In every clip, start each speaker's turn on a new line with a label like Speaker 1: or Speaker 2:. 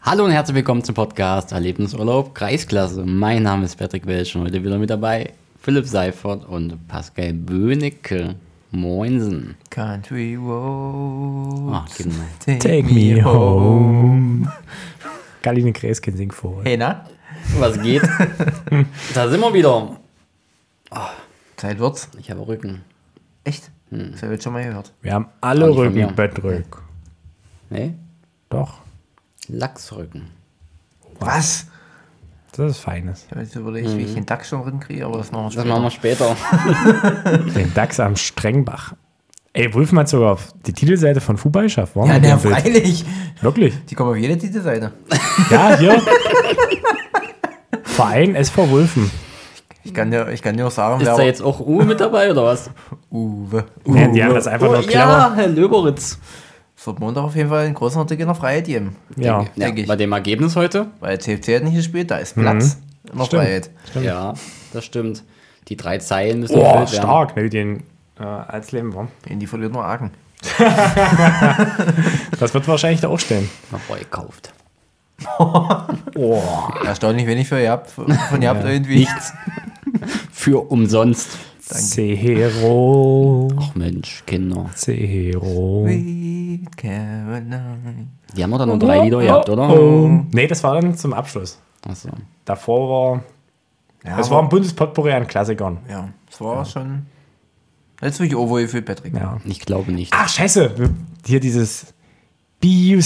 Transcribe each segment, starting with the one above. Speaker 1: Hallo und herzlich willkommen zum Podcast Erlebnisurlaub Kreisklasse. Mein Name ist Patrick Welsch und heute wieder mit dabei Philipp Seifert und Pascal Böhnecke. Moinsen.
Speaker 2: Country roads.
Speaker 1: Ah, genau.
Speaker 3: Take me home. Kaline Kräskin singt vor.
Speaker 2: Hey, na?
Speaker 1: Was geht? da sind wir wieder.
Speaker 2: Zeit wird's.
Speaker 1: Ich habe Rücken.
Speaker 2: Echt?
Speaker 1: Hm.
Speaker 2: Das habe ich jetzt schon mal gehört.
Speaker 3: Wir haben
Speaker 1: Auch
Speaker 3: alle
Speaker 1: nicht von mir.
Speaker 3: Rückenbettrück.
Speaker 1: Nee?
Speaker 3: Doch,
Speaker 1: Lachsrücken.
Speaker 2: Was?
Speaker 3: das ist Feines.
Speaker 2: Ich habe jetzt überlegt, wie ich den DAX schon rinkriege, aber das machen wir
Speaker 1: Hm. Das
Speaker 2: später.
Speaker 1: machen wir später.
Speaker 3: Den DAX am Strengbach. Ey, Wulfmann hat sogar auf die Titelseite von Fußballschaft. Warum
Speaker 2: ja,
Speaker 3: hat
Speaker 2: na,
Speaker 3: ein Bild?
Speaker 2: freilich.
Speaker 3: Wirklich?
Speaker 2: Die kommen auf jede Titelseite.
Speaker 3: Ja, hier. Verein SV Wulfen.
Speaker 2: Ich kann dir, ich kann dir auch sagen,
Speaker 1: Ist
Speaker 2: wer
Speaker 1: da jetzt auch Uwe mit dabei oder was?
Speaker 2: Uwe.
Speaker 3: Ja, Ne, die haben das einfach nur clever.
Speaker 1: Oh, ja, Herr Löberitz.
Speaker 2: Es wird Montag auf jeden Fall einen großen Artikel in der Freiheit geben.
Speaker 3: Ja,
Speaker 1: Ja,
Speaker 2: Denk ich.
Speaker 1: bei dem Ergebnis heute?
Speaker 2: Weil CFC hat nicht gespielt, da ist Platz in der
Speaker 3: Mhm. Stimmt.
Speaker 2: Freiheit.
Speaker 1: Ja, das stimmt. Die drei Zeilen müssen
Speaker 3: Boah,
Speaker 1: erfüllt werden.
Speaker 3: stark, ne, wie den äh, als Leben war.
Speaker 2: In die verliert nur Aachen.
Speaker 3: Das wird wahrscheinlich da auch stehen.
Speaker 1: Noch neu gekauft.
Speaker 3: Boah.
Speaker 2: Erstaunlich wenig für ihr habt, von ihr habt irgendwie.
Speaker 1: Nichts. Für umsonst.
Speaker 3: Zero.
Speaker 1: Ach Mensch, Kinder.
Speaker 3: Zero.
Speaker 2: Sweet Caroline.
Speaker 1: Die haben wir dann nur drei Lieder gehabt, oder?
Speaker 3: Oh,
Speaker 1: Also,
Speaker 3: Nee, das war dann zum Abschluss.
Speaker 1: Achso.
Speaker 3: Davor war.
Speaker 2: Ja,
Speaker 3: Es
Speaker 2: aber-
Speaker 3: war ein buntes Potpourri an Klassikern.
Speaker 2: Ja, es war schon. Jetzt bin ich auch wohl gefühlt, Patrick.
Speaker 3: Ja.
Speaker 1: Ich glaube nicht.
Speaker 3: Ach, Ah, scheiße. Hier dieses BUC.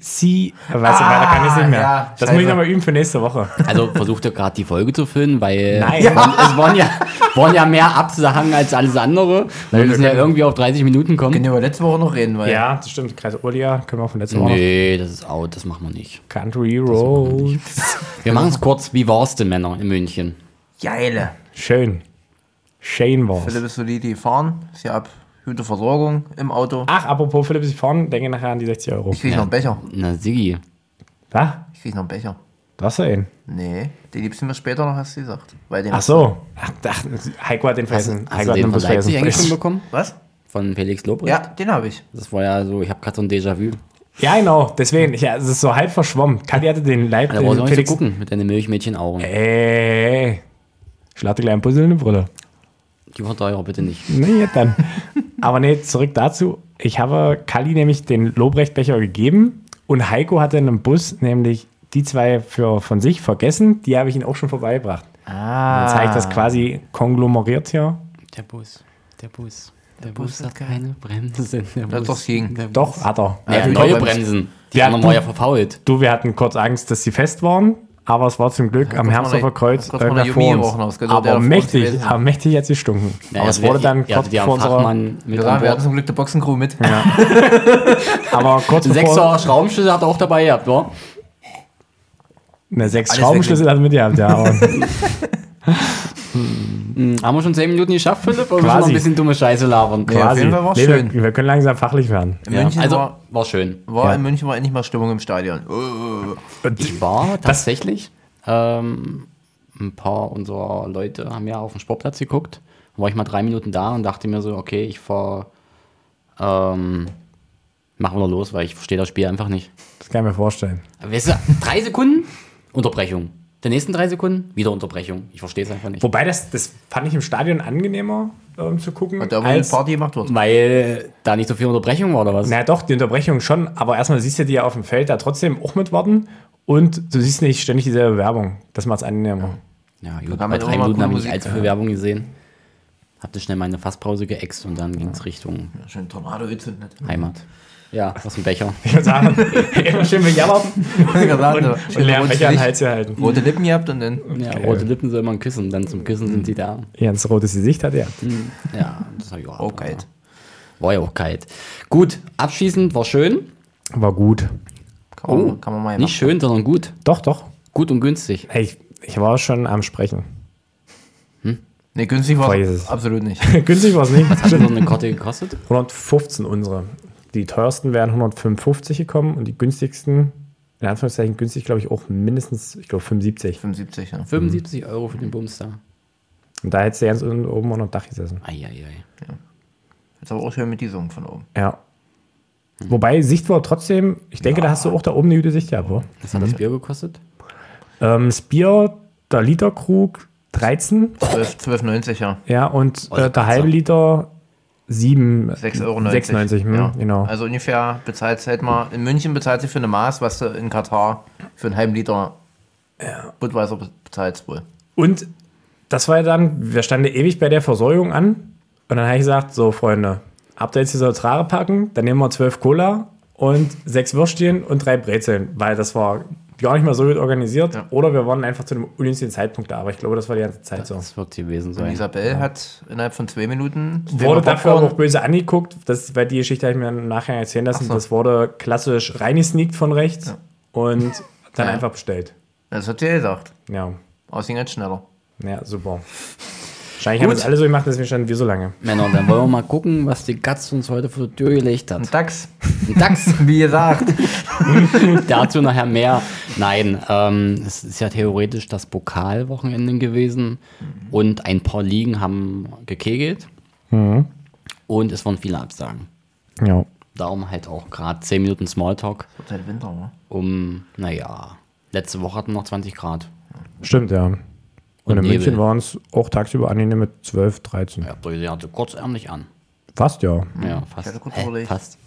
Speaker 3: C. Weißt du, weiter kann ich nicht mehr.
Speaker 2: Ah, ja,
Speaker 3: das
Speaker 2: scheiße.
Speaker 3: muss ich nochmal üben für nächste Woche.
Speaker 1: Also versucht ihr gerade die Folge zu füllen, weil
Speaker 3: Nein.
Speaker 1: es, waren, es waren, ja, waren ja mehr Absagen als alles andere. Wir müssen ja irgendwie auf 30 Minuten
Speaker 2: Können
Speaker 1: kommen.
Speaker 2: wir über letzte Woche noch reden, weil
Speaker 3: Ja, das stimmt. Kreis Urlia können wir von letzter Woche.
Speaker 1: Nee, das ist out, das machen wir nicht.
Speaker 3: Country Road.
Speaker 1: Wir machen es kurz. Wie war's denn, Männer, in München?
Speaker 2: geile.
Speaker 3: Schön. Shane war's.
Speaker 2: Philipp ist solide gefahren, ist ja ab Güterversorgung im Auto.
Speaker 3: Ach, apropos Philipp, Sie fahren, denke nachher an die 60 Euro.
Speaker 2: Ich krieg noch einen Becher.
Speaker 1: Na, Siggi.
Speaker 3: Was?
Speaker 2: Ich krieg noch einen Becher.
Speaker 3: Was denn?
Speaker 2: Nee, den gibst du mir später noch, hast du gesagt. Weil den
Speaker 3: Ach so. Ach, ach, Heiko hat den vergessen.
Speaker 1: Hast
Speaker 3: Heiko
Speaker 1: du den
Speaker 3: hat den
Speaker 1: von
Speaker 3: Bus
Speaker 1: Leipzig eigentlich schon
Speaker 3: vergessen.
Speaker 1: bekommen?
Speaker 2: Was?
Speaker 1: Von Felix Lobrecht?
Speaker 2: Ja, den habe ich.
Speaker 1: Das war ja so, ich habe gerade so ein Déjà-vu.
Speaker 3: Ja, genau. Deswegen, ja, es ist so halb verschwommen. Kathi hatte den Leib.
Speaker 1: Da brauchst du
Speaker 3: den
Speaker 1: auch nicht zu gucken mit deinen Milchmädchenaugen.
Speaker 3: Ey, ich lade gleich ein Puzzle in die Brille.
Speaker 1: Die von Euro bitte nicht.
Speaker 3: Nee, jetzt dann. Aber nee, zurück dazu. Ich habe Kali nämlich den Lobrechtbecher gegeben und Heiko hatte in einem Bus nämlich die zwei für, von sich vergessen. Die habe ich ihn auch schon vorbeigebracht.
Speaker 2: Ah.
Speaker 3: Dann zeige ich das quasi konglomeriert hier.
Speaker 1: Der Bus, der Bus. Der Bus, hat keine Bremsen. Der
Speaker 2: Das ist doch Siegen.
Speaker 1: der Bus-
Speaker 3: Doch, hat er.
Speaker 1: Ja,
Speaker 2: die
Speaker 1: neue
Speaker 2: Bremsen.
Speaker 1: Bremsen. Die
Speaker 3: Ja,
Speaker 1: anderen
Speaker 3: du-
Speaker 1: waren ja verfault.
Speaker 3: Du, wir hatten kurz Angst, dass sie fest waren, aber es war zum Glück am
Speaker 2: kurz
Speaker 3: Herzhofer
Speaker 2: mal-
Speaker 3: Kreuz
Speaker 2: kurz mal
Speaker 3: irgendwer
Speaker 2: der
Speaker 3: vor
Speaker 2: Jumi
Speaker 3: uns.
Speaker 2: rochen aus, genau, der da
Speaker 3: Aber
Speaker 2: vor uns
Speaker 3: mächtig,
Speaker 2: gewesen also ist.
Speaker 3: aber mächtig hat sie stunken.
Speaker 1: Ja,
Speaker 3: aber es wurde dann
Speaker 1: ja, also
Speaker 3: kurz
Speaker 1: die haben
Speaker 3: vor unserer...
Speaker 1: Fachmann mit an
Speaker 2: Ja, wir hatten
Speaker 1: Bord.
Speaker 2: zum Glück der Boxencrew mit.
Speaker 3: Aber kurz
Speaker 1: Ein
Speaker 3: bevor...
Speaker 1: Sechser Schraubenschlüssel hat er auch dabei gehabt, wa?
Speaker 3: Na, Ne, sechs
Speaker 2: Alles
Speaker 3: Schraubenschlüssel hat er mitgehabt, ja. Aber
Speaker 1: Haben wir schon 10 Minuten geschafft, Philipp? Oder müssen wir noch
Speaker 3: Quasi.
Speaker 1: ein bisschen dumme Scheiße labern?
Speaker 2: Ja, auf
Speaker 3: quasi.
Speaker 2: jeden Fall war's
Speaker 3: nee,
Speaker 2: schön.
Speaker 3: Wir, wir können langsam fachlich werden.
Speaker 2: In
Speaker 1: Ja,
Speaker 2: München
Speaker 1: also,
Speaker 2: war,
Speaker 1: war schön.
Speaker 2: war
Speaker 3: ja.
Speaker 2: in München war endlich mal Stimmung im Stadion. Uh,
Speaker 1: Ich war tatsächlich, ähm, ein paar unserer Leute haben ja auf den Sportplatz geguckt. War ich mal drei Minuten da und dachte mir so, okay, ich fahr, ähm, machen wir los, weil ich verstehe das Spiel einfach nicht.
Speaker 3: Das kann ich mir vorstellen.
Speaker 1: Weißt du, drei Sekunden, Unterbrechung. Der nächsten drei Sekunden, wieder Unterbrechung. Ich verstehe es einfach nicht.
Speaker 3: Wobei, das, das fand ich im Stadion angenehmer ähm, zu gucken.
Speaker 2: und da wo eine Party gemacht wird.
Speaker 1: Weil da nicht so viel Unterbrechung war, oder was?
Speaker 3: na doch, die Unterbrechung schon, aber erstmal siehst du die ja auf dem Feld da trotzdem auch mitwarten und du siehst nicht ständig dieselbe Werbung. Das macht's angenehmer.
Speaker 1: Ja, gut,
Speaker 2: kann
Speaker 1: bei
Speaker 2: man
Speaker 1: drei
Speaker 2: auch mal
Speaker 1: Minuten
Speaker 2: coole
Speaker 1: habe ich
Speaker 2: Musik
Speaker 1: nicht allzu viel Werbung gesehen. Hatte schnell meine Fasspause geäxt und dann ging es Richtung
Speaker 2: Schön Tornado gezündet.
Speaker 1: Heimat. Ja, was ein Becher.
Speaker 3: Ich würde sagen, immer schön bejammert und, und leeren Becher an
Speaker 2: Rote
Speaker 3: den Hals halten.
Speaker 2: Lippen gehabt und dann.
Speaker 1: Ja, rote Lippen soll man küssen, dann zum Küssen sind sie da.
Speaker 3: Ganz rotes Gesicht hat er.
Speaker 1: Ja, das habe ich auch.
Speaker 2: Oh, kalt.
Speaker 1: War ja auch kalt. Gut, abschließend war schön.
Speaker 3: War gut.
Speaker 2: Kann
Speaker 1: Oh,
Speaker 3: Oh.
Speaker 2: man, kann man mal
Speaker 1: Nicht schön, sondern gut.
Speaker 3: Doch, doch.
Speaker 1: Gut und günstig.
Speaker 3: Ey, Ich, ich war schon am Sprechen.
Speaker 2: Nee, günstig war
Speaker 3: Voll
Speaker 2: es absolut nicht.
Speaker 3: Günstig war es nicht.
Speaker 1: Hat so eine Korte gekostet?
Speaker 3: 115 unsere. Die teuersten wären 155 gekommen und die günstigsten, in Anführungszeichen günstig, glaube ich, auch mindestens, ich glaube, 75.
Speaker 2: 75, ja.
Speaker 1: 75 Euro für den Bumster.
Speaker 3: Und da hättest du ganz unten oben unter dem Dach gesessen.
Speaker 1: Eieiei.
Speaker 2: Jetzt aber auch schön mit die Song von oben.
Speaker 3: Ja. Mhm. Wobei Sicht war trotzdem, ich denke, da hast du auch da oben eine gute Sicht gehabt, oder?
Speaker 1: Was hat das Bier gekostet?
Speaker 3: Ähm, das Bier, der Literkrug 13,
Speaker 2: 12, 12,90, ja.
Speaker 3: ja, und
Speaker 2: Oh,
Speaker 1: der
Speaker 3: äh, der halbe Liter 7,
Speaker 2: 6,90 Euro.
Speaker 3: 6,90, hm,
Speaker 2: ja.
Speaker 3: genau.
Speaker 2: Also ungefähr bezahlt halt mal, in München bezahlt sie für eine Maß, was du in Katar für einen halben Liter Budweiser bezahlt wohl.
Speaker 3: Und das war ja dann, wir standen ewig bei der Versorgung an. Und dann habe ich gesagt, so Freunde, habt ihr jetzt diese Trare packen, dann nehmen wir zwölf Cola und sechs Würstchen und drei Brezeln, weil das war gar nicht mal so gut organisiert.
Speaker 2: Ja.
Speaker 3: Oder wir waren einfach zu einem ungünstigen Zeitpunkt da, aber ich glaube, das war die ganze Zeit so.
Speaker 1: Das wird gewesen sein.
Speaker 2: Isabel hat innerhalb von zwei Minuten.
Speaker 3: Wurde dafür
Speaker 2: Popcorn-
Speaker 3: auch böse angeguckt, das, weil die Geschichte habe ich mir im Nachhinein erzählen lassen.
Speaker 2: Ach so.
Speaker 3: Das wurde klassisch reingesneakt von rechts und dann
Speaker 2: Ja.
Speaker 3: einfach bestellt.
Speaker 2: Das hat dir gesagt.
Speaker 3: Ja,
Speaker 2: Ausging jetzt schneller.
Speaker 3: ja super. Wahrscheinlich haben das alle so gemacht, deswegen standen wir so lange.
Speaker 1: Männer, dann wollen wir mal gucken, was die Katz uns heute vor die Tür gelegt hat.
Speaker 2: Ein Dachs,
Speaker 1: Ein Dachs,
Speaker 2: wie gesagt.
Speaker 1: dazu nachher mehr. Nein, ähm, es ist ja theoretisch das Pokalwochenende gewesen und ein paar Ligen haben gekegelt
Speaker 3: Mhm.
Speaker 1: und es waren viele Absagen.
Speaker 3: Ja.
Speaker 1: Darum halt auch gerade 10 Minuten Smalltalk
Speaker 2: Wird halt Winter, oder?
Speaker 1: um, naja, letzte Woche hatten noch 20 Grad.
Speaker 3: Stimmt, ja. Und,
Speaker 1: Und
Speaker 3: in München
Speaker 1: Nebel.
Speaker 3: waren es auch tagsüber angenehm mit 12, 13.
Speaker 1: Ja, Brüse hatte kurzärmlich an.
Speaker 3: Fast ja.
Speaker 1: Ja,
Speaker 2: hatte
Speaker 1: fast.
Speaker 2: kurz
Speaker 1: Hä,
Speaker 2: überlegt.
Speaker 1: fast.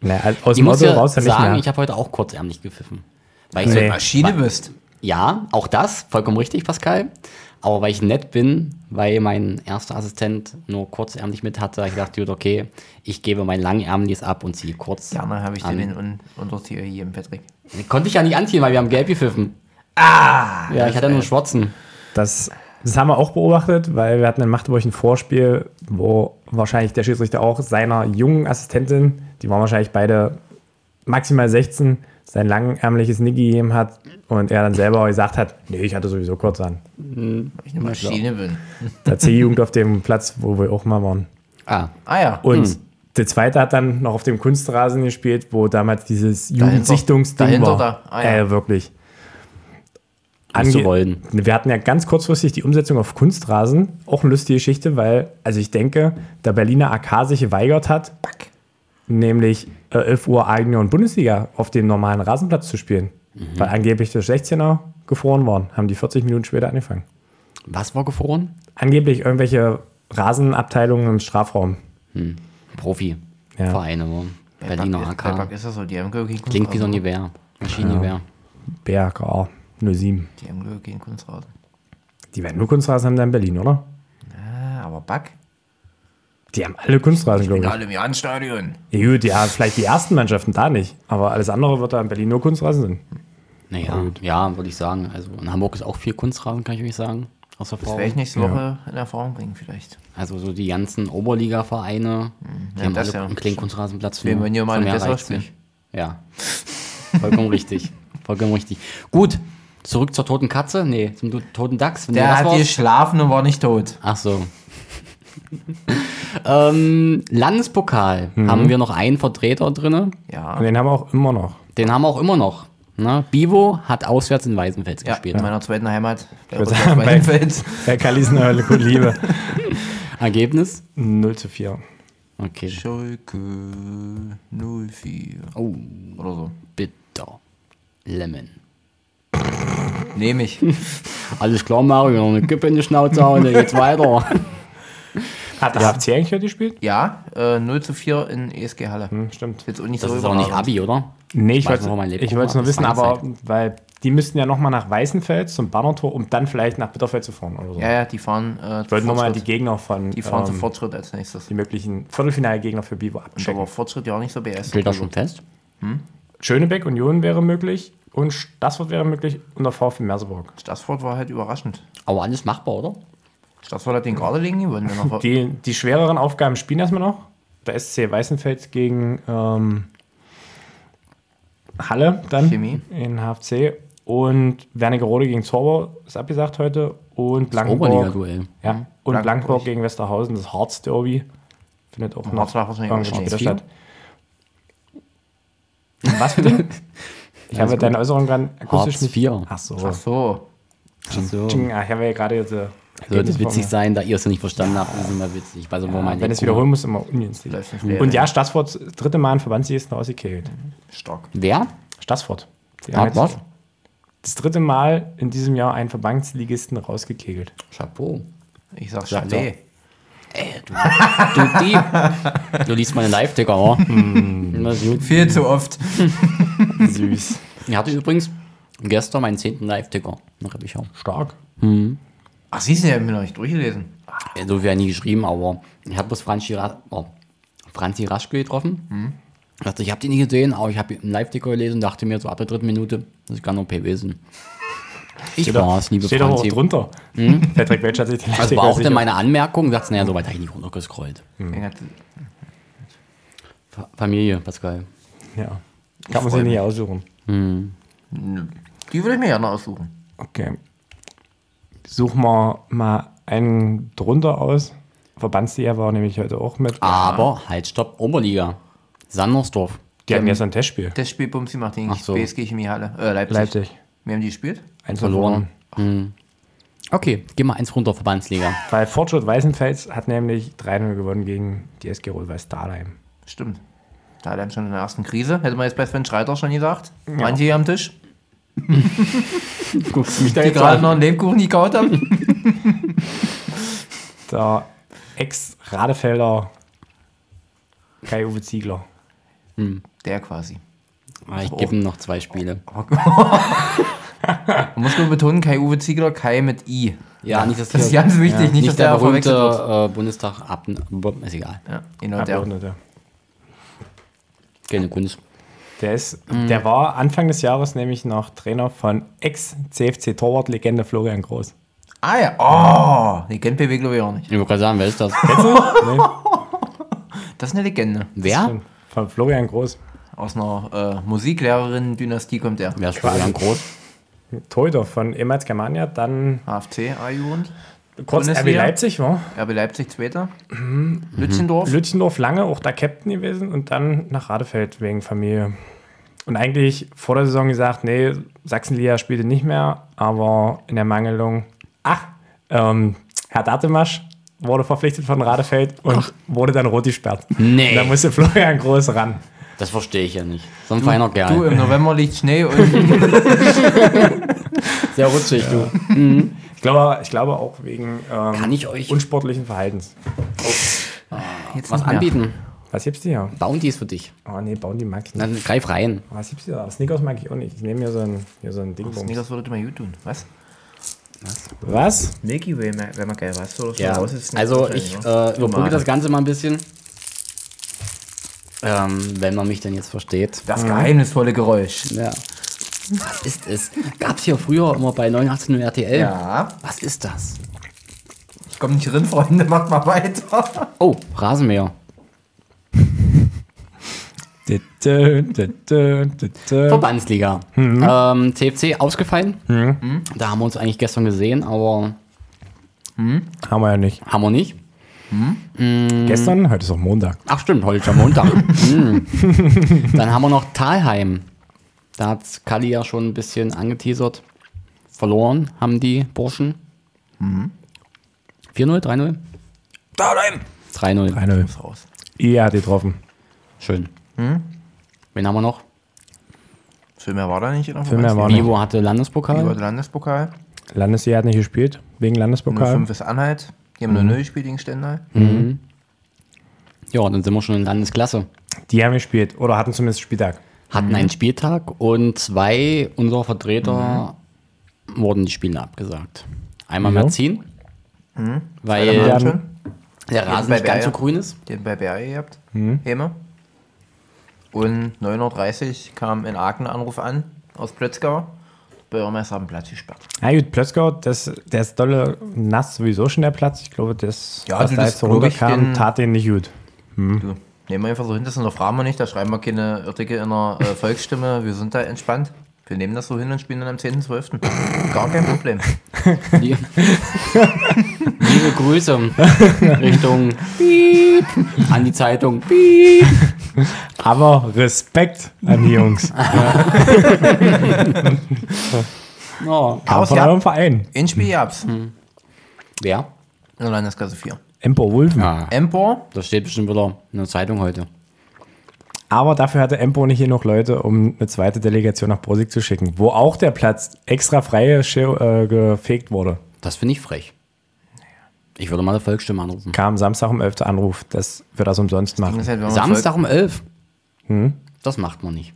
Speaker 3: Naja, als- also aus
Speaker 1: Ich muss
Speaker 3: Motto
Speaker 1: ja
Speaker 3: raus dann nicht
Speaker 1: sagen,
Speaker 3: mehr.
Speaker 1: ich habe heute auch kurzärmlich gepfiffen. Weil ich
Speaker 3: Nee.
Speaker 1: so,
Speaker 2: Maschine bist.
Speaker 1: Ja, auch das, vollkommen richtig, Pascal. Aber weil ich nett bin, weil mein erster Assistent nur kurzärmlich mit hatte, habe ich gedacht, gut, okay, ich gebe mein langärmliches ab und ziehe kurz.
Speaker 2: Gerne habe ich dir
Speaker 1: an.
Speaker 2: den un Untertier hier im Patrick.
Speaker 1: Konnte ich ja nicht anziehen, weil wir haben gelb gepfiffen. Ah! Ja, ich hatte nur einen schwarzen.
Speaker 3: Das, das haben wir auch beobachtet, weil wir hatten in Magdeburg ein Vorspiel, wo wahrscheinlich der Schiedsrichter auch seiner jungen Assistentin, die waren wahrscheinlich beide maximal 16, sein langärmliches Niggi gegeben hat und er dann selber gesagt hat, nee, ich hatte sowieso kurz an.
Speaker 2: Weil ich eine Maschine bin.
Speaker 3: Der C-Jugend auf dem Platz, wo wir auch mal waren.
Speaker 1: Ah,
Speaker 2: Ah ja.
Speaker 3: Und der zweite hat dann noch auf dem Kunstrasen gespielt, wo damals dieses Jugendsichtungsding
Speaker 2: dahinter
Speaker 3: war.
Speaker 2: da. Ah, ja.
Speaker 3: äh, wirklich.
Speaker 1: Musst du
Speaker 3: Ange-
Speaker 1: wollen.
Speaker 3: Wir hatten ja ganz kurzfristig die Umsetzung auf Kunstrasen. Auch eine lustige Geschichte, weil, also ich denke, der Berliner AK sich geweigert hat, nämlich äh, 11 Uhr eigene und Bundesliga auf dem normalen Rasenplatz zu spielen.
Speaker 2: Mhm.
Speaker 3: Weil angeblich die 16er gefroren waren, haben die 40 Minuten später angefangen.
Speaker 1: was war gefroren?
Speaker 3: Angeblich irgendwelche Rasenabteilungen im Strafraum.
Speaker 1: Profi.
Speaker 3: Ja.
Speaker 1: Vereine, wo. Berliner
Speaker 2: Bei Back
Speaker 1: AK.
Speaker 2: ist das so, die haben glaube ich keinen
Speaker 1: Klingt wie so ein
Speaker 2: Kunstrasen.
Speaker 1: Gewehr. Maschinengewehr.
Speaker 3: BRK 07.
Speaker 2: Die haben glaube ich keinen Kunstrasen.
Speaker 3: Die werden nur Kunstrasen haben da in Berlin, oder?
Speaker 2: Ah, aber Back?
Speaker 3: Die haben alle Kunstrasen, glaube ich.
Speaker 2: Alle im Jahnstadion.
Speaker 3: Ja, gut, ja, vielleicht die ersten Mannschaften da nicht. Aber alles andere wird da in Berlin nur Kunstrasen sein.
Speaker 1: Naja, ja, würde ich sagen. Also in Hamburg ist auch viel Kunstrasen, kann ich euch sagen. Aus
Speaker 2: Das
Speaker 1: Erfahrung.
Speaker 2: werde ich nächste Woche in Erfahrung bringen vielleicht.
Speaker 1: Also so die ganzen Oberliga-Vereine, die
Speaker 2: Mhm. ja,
Speaker 1: haben
Speaker 2: das
Speaker 1: alle
Speaker 2: ja.
Speaker 1: einen kleinen Kunstrasenplatz.
Speaker 2: Wir
Speaker 1: nur.
Speaker 2: wollen ja mal
Speaker 1: Von
Speaker 2: eine
Speaker 1: mehr
Speaker 2: bessere
Speaker 1: reicht's
Speaker 2: Spiel.
Speaker 1: nicht. Ja, vollkommen richtig. Vollkommen richtig. Gut, zurück zur toten Katze. Nee, zum do- toten Dachs. Wenn du das warst.
Speaker 2: geschlafen und war nicht tot.
Speaker 1: Ach so. ähm, Landespokal
Speaker 2: Mhm.
Speaker 1: haben wir noch einen Vertreter drinne.
Speaker 2: Ja.
Speaker 3: Und den haben wir auch immer noch.
Speaker 1: Den haben wir auch immer noch. Ne? Bivo hat auswärts in Weißenfels
Speaker 2: Ja,
Speaker 1: gespielt.
Speaker 2: in meiner zweiten Heimat. Bei
Speaker 3: würd sagen, bei-
Speaker 2: Rot-Weiß-Weidenfels.
Speaker 3: Herr Kallis, eine Liebe.
Speaker 1: Ergebnis?
Speaker 3: 0 zu 4.
Speaker 1: Okay.
Speaker 2: Schalke 04.
Speaker 1: Oh,
Speaker 2: Oder so.
Speaker 1: bitter. Lemon.
Speaker 2: Nehme ich.
Speaker 1: Alles klar, Mario, noch eine Kippe in die Schnauze hauen, dann geht's weiter.
Speaker 3: Hat der HFC eigentlich heute gespielt?
Speaker 2: Ja, äh, 0 zu 4 in ESG Halle.
Speaker 3: Hm, stimmt.
Speaker 2: Ist Jetzt auch nicht
Speaker 1: Das
Speaker 2: so
Speaker 1: ist auch nicht
Speaker 2: überraschend.
Speaker 1: Abi, oder?
Speaker 3: Nee, ich
Speaker 1: Weiß
Speaker 3: wollte
Speaker 1: man, wo man lebt,
Speaker 3: es
Speaker 1: guck mal,
Speaker 3: nur
Speaker 1: das
Speaker 3: wissen,
Speaker 1: war
Speaker 3: aber weil die müssten ja nochmal nach Weißenfels zum Bannertor, um dann vielleicht nach Bitterfeld zu fahren oder so.
Speaker 2: Ja, ja, die fahren. Äh,
Speaker 3: Ich wollte nur mal die
Speaker 2: Fortschritt.
Speaker 3: Gegner von
Speaker 2: die fahren zu
Speaker 3: ähm,
Speaker 2: Fortschritt als nächstes.
Speaker 3: die möglichen Viertelfinalgegner für Bibo abchecken.
Speaker 2: Aber Fortschritt ja auch nicht so BS.
Speaker 1: Gilt das schon fest?
Speaker 3: Schönebeck, Union wäre möglich und Stassfurt wäre möglich und der VfB Merseburg.
Speaker 2: Stassfurt war halt überraschend.
Speaker 1: Aber alles machbar, oder?
Speaker 2: Stassfurt hat den gerade liegen gewonnen. wenn er-
Speaker 3: Die, die schwereren Aufgaben spielen erstmal noch. Der SC Weißenfels gegen ähm, Halle dann
Speaker 2: Chemie.
Speaker 3: in HFC und Wernigerode gegen Zorber ist abgesagt heute und Blankenburg,
Speaker 1: Oberliga-Duell.
Speaker 3: ja, und
Speaker 2: Hm. Blankenburg.
Speaker 3: Blankenburg gegen Westerhausen, das Harz Derby findet auch noch
Speaker 2: Harzbach wahrscheinlich auch
Speaker 3: irgendwann
Speaker 2: schon
Speaker 3: später
Speaker 1: ausfliegen.
Speaker 3: statt. Was bitte? Ich habe deine Äußerung gerade akustisch
Speaker 1: Harz IV.
Speaker 3: Ach so.
Speaker 2: Ach so.
Speaker 1: Ach so.
Speaker 3: Ching, ah, Ich habe ja gerade diese
Speaker 1: Hm.
Speaker 2: Also,
Speaker 1: Sollte es
Speaker 3: nicht von
Speaker 1: witzig
Speaker 3: mir.
Speaker 1: sein, da ihr es nicht verstanden habt, ist es immer witzig. Also, wo mein
Speaker 3: Wenn es wiederholen muss, immer ungünstig.
Speaker 2: Läuft nicht mehr.
Speaker 3: Und ja, Stassfurt, das dritte Mal in Verbandsligisten ausgekegelt.
Speaker 2: Stark.
Speaker 1: Wer?
Speaker 3: Stassfurt. Die haben
Speaker 1: Ah,
Speaker 3: jetzt
Speaker 1: was?
Speaker 3: Das dritte Mal in diesem Jahr einen Verbandsligisten rausgekegelt.
Speaker 1: Chapeau.
Speaker 2: Ich eh. sag
Speaker 1: Sagt
Speaker 2: Chalet.
Speaker 1: Du Dieb. Du liest meine Live-Ticker, oh. Na gut.
Speaker 2: Viel zu oft.
Speaker 3: Süß.
Speaker 1: Ich hatte übrigens gestern meinen zehnten Live-Ticker. Nach Reppichau.
Speaker 3: Stark.
Speaker 2: Ach, siehst du, ich habe mir noch nicht durchgelesen.
Speaker 1: So wie er nie geschrieben, aber ich habe bloß Franzi, Ra oh, Franzi Raschke getroffen. Ich dachte, ich habe die nie gesehen, aber ich habe einen Live-Ticker gelesen und dachte mir so ab der dritten Minute, das kann nur PW sein. Ich
Speaker 3: doch-
Speaker 1: war's, liebe
Speaker 3: Steht doch auch
Speaker 1: Franzi.
Speaker 3: drunter. Patrick Welch hat sich die
Speaker 1: Das
Speaker 3: letzte
Speaker 1: war auch dann meine Anmerkung. Sagst naja, so weit habe ich nicht runtergescrollt.
Speaker 2: Ich hatte-
Speaker 1: Fa- Familie, Pascal.
Speaker 3: Ja. Kann man sich
Speaker 2: freu
Speaker 3: nicht aussuchen.
Speaker 2: Nö. Die würde ich mir gerne aussuchen.
Speaker 3: Okay. Suchen wir mal einen drunter aus. Verbandsliga war nämlich heute auch mit.
Speaker 1: Aber halt, stopp, Oberliga. Sandersdorf.
Speaker 3: die hatten jetzt ein Testspiel.
Speaker 2: Das Spiel Bumsi macht gegen
Speaker 1: Ach so.
Speaker 2: BSG Chemiehalle. Äh, Leipzig.
Speaker 3: Leipzig.
Speaker 2: Wir haben die gespielt?
Speaker 3: Eins
Speaker 1: Verloren. Okay, geh mal eins runter, Verbandsliga.
Speaker 3: Weil Fortschritt Weißenfels hat nämlich 3-0 gewonnen gegen die SG Rot-Weiß Dahlheim.
Speaker 2: Stimmt. Da hat er schon in der ersten Krise. Hätte man jetzt bei Sven Schreiter schon gesagt. Manche hier am Tisch,
Speaker 1: Guckst mich da
Speaker 2: die gerade noch einen Lebkuchen gekaut haben.
Speaker 3: Der Ex-Radefelder Kai-Uwe Ziegler.
Speaker 2: Der quasi.
Speaker 1: Ah, Ich gebe ihm noch zwei Spiele.
Speaker 2: Man muss nur betonen, Kai-Uwe Ziegler, Kai mit I.
Speaker 1: Ja, nicht, dass
Speaker 2: Das ist
Speaker 1: hier-
Speaker 2: ganz wichtig, nicht,
Speaker 1: nicht
Speaker 2: dass
Speaker 1: der
Speaker 2: der verwechselt wird.
Speaker 1: berühmte äh, Bundestag ab. Bo- Ist egal.
Speaker 2: Ja, genau der.
Speaker 3: Abgeordnete.
Speaker 1: Keine Kunst.
Speaker 3: Der, ist,
Speaker 2: Mhm.
Speaker 3: der war Anfang des Jahres nämlich noch Trainer von Ex-CFC-Torwart-Legende Florian Groß.
Speaker 2: Ah ja, oh, die kennt BW glaube ich auch nicht.
Speaker 1: Ich wollte gerade sagen, wer ist das?
Speaker 2: Das ist eine Legende.
Speaker 1: wer?
Speaker 3: Von Florian Groß.
Speaker 2: Aus einer äh, Musiklehrerin-Dynastie kommt der.
Speaker 1: Wer ist Florian Groß?
Speaker 3: Torhüter von ehemals Germania, dann
Speaker 2: HFC, A-Jugend.
Speaker 3: kurz RB
Speaker 2: Bundesliga.
Speaker 3: Leipzig war.
Speaker 2: RB Leipzig, Zweiter. Mhm. Lützendorf.
Speaker 3: Lütchendorf lange auch da Captain gewesen und dann nach Radefeld wegen Familie. Und eigentlich vor der Saison gesagt, nee, Sachsenliga spielte nicht mehr, aber in der Mangelung, ach, ähm, Herr Datemasch wurde verpflichtet von Radefeld und wurde dann rot gesperrt.
Speaker 1: Nee.
Speaker 3: Und Da musste Florian Groß ran.
Speaker 1: Das verstehe ich ja nicht. So ein feiner
Speaker 2: Du,
Speaker 1: Kerl.
Speaker 2: im November liegt Schnee und
Speaker 1: Sehr rutschig, du.
Speaker 3: Ich glaube, ich glaube auch wegen ähm,
Speaker 1: Kann ich euch
Speaker 3: unsportlichen Verhaltens.
Speaker 1: was
Speaker 2: jetzt nicht mehr.
Speaker 1: anbieten?
Speaker 3: Was gibt's dir?
Speaker 1: Bounty ist für dich.
Speaker 3: Oh nee, bauen die mag ich nicht.
Speaker 1: Dann greif rein.
Speaker 3: Was gibt's dir? Snickers mag ich auch nicht. Ich nehme mir so ein, hier so ein Ding.
Speaker 2: Nee, das würde mal gut tun. Was?
Speaker 3: Was?
Speaker 2: Milky Way wäre mal geil, was? So,
Speaker 1: Ja. Also, ich äh, überbrücke das Ganze mal ein bisschen. Ähm, wenn man mich denn jetzt versteht.
Speaker 2: Das geheimnisvolle Geräusch.
Speaker 1: Ja. Was ist es? Gab es hier früher immer bei 89 RTL?
Speaker 2: Ja.
Speaker 1: Was ist das?
Speaker 2: Ich komme nicht drin, Freunde, macht mal weiter.
Speaker 1: Oh, Rasenmäher.
Speaker 3: Vorbei.
Speaker 1: Verbandsliga. Ähm, TFC ausgefallen. Da haben wir uns eigentlich gestern gesehen, aber
Speaker 3: Haben wir ja nicht.
Speaker 1: haben wir nicht.
Speaker 2: Mhm.
Speaker 3: Gestern, heute ist auch Montag.
Speaker 1: Ach stimmt, heute ist ja Montag. Hm. Dann haben wir noch Talheim. Da hat Kali ja schon ein bisschen angeteasert. Verloren haben die Burschen. Mhm. 4-0, 3-0?
Speaker 2: Da rein!
Speaker 1: 3-0.
Speaker 3: 3-0.
Speaker 2: Ist raus.
Speaker 3: Ihr hat getroffen.
Speaker 1: Schön. Wen Mhm. haben wir noch?
Speaker 2: Viel mehr war da nicht. In der
Speaker 3: Viel mehr war nicht.
Speaker 1: Vivo hatte
Speaker 2: Über
Speaker 1: Landespokal.
Speaker 2: den Landespokal.
Speaker 3: Landesliga hat nicht gespielt, wegen Landespokal.
Speaker 2: 05 ist Anhalt. Die haben nur 0 gespielt gegen Stendal.
Speaker 1: Ja, dann sind wir schon in Landesklasse.
Speaker 3: Die haben gespielt oder hatten zumindest Spieltag.
Speaker 1: hatten einen Spieltag und zwei unserer Vertreter wurden die Spiele abgesagt. Einmal
Speaker 3: Wieso?
Speaker 1: Merzin, Mhm. weil
Speaker 3: Ja.
Speaker 2: Ja.
Speaker 3: haben-
Speaker 2: Schon.
Speaker 1: der Rasen
Speaker 2: bei
Speaker 1: nicht ganz so
Speaker 2: Bayern.
Speaker 1: grün ist.
Speaker 2: Den bei BR gehabt. Hema. Und 9.30 Uhr kam in Aachen ein Anruf an aus Plötzgau. Bürgermeister haben Platz gesperrt.
Speaker 3: Na gut, Plötzgau, das, der ist dolle nass sowieso schon der Platz. Ich glaube, das,
Speaker 2: Ja,
Speaker 3: was
Speaker 2: du,
Speaker 3: da
Speaker 2: das
Speaker 3: jetzt so
Speaker 2: glaub ich,
Speaker 3: runterkam,
Speaker 2: den-
Speaker 3: tat den nicht gut.
Speaker 2: Du, nehmen wir einfach so hin, das unterfragen wir nicht, da schreiben wir keine Artikel in der äh, Volksstimme, wir sind da entspannt. Wir nehmen das so hin und spielen dann am 10.12. Gar kein Problem.
Speaker 1: Die- Liebe Grüße Richtung Piep an die Zeitung. Piep.
Speaker 3: Aber Respekt an die Jungs.
Speaker 1: Ja.
Speaker 3: Kam
Speaker 2: Aber
Speaker 3: von
Speaker 2: sie hat-
Speaker 3: eurem Verein.
Speaker 2: Mhm. In Spiel gab's.
Speaker 1: Wer?
Speaker 2: in der Landesklasse 4.
Speaker 3: Empor Wulven.
Speaker 1: Ah,
Speaker 2: Empor,
Speaker 1: das steht bestimmt wieder in der Zeitung heute.
Speaker 3: Aber dafür hatte Empor nicht genug Leute, um eine zweite Delegation nach Brosig zu schicken, wo auch der Platz extra frei gesche- äh, gefegt wurde.
Speaker 1: Das finde ich frech. Ich würde mal eine Volksstimme anrufen.
Speaker 3: Kam Samstag um 11 Uhr Anruf, dass wir das
Speaker 2: Das
Speaker 3: umsonst
Speaker 2: ist
Speaker 3: machen.
Speaker 2: halt, wenn man
Speaker 1: Samstag um 11.
Speaker 3: Hm?
Speaker 1: Das macht man nicht.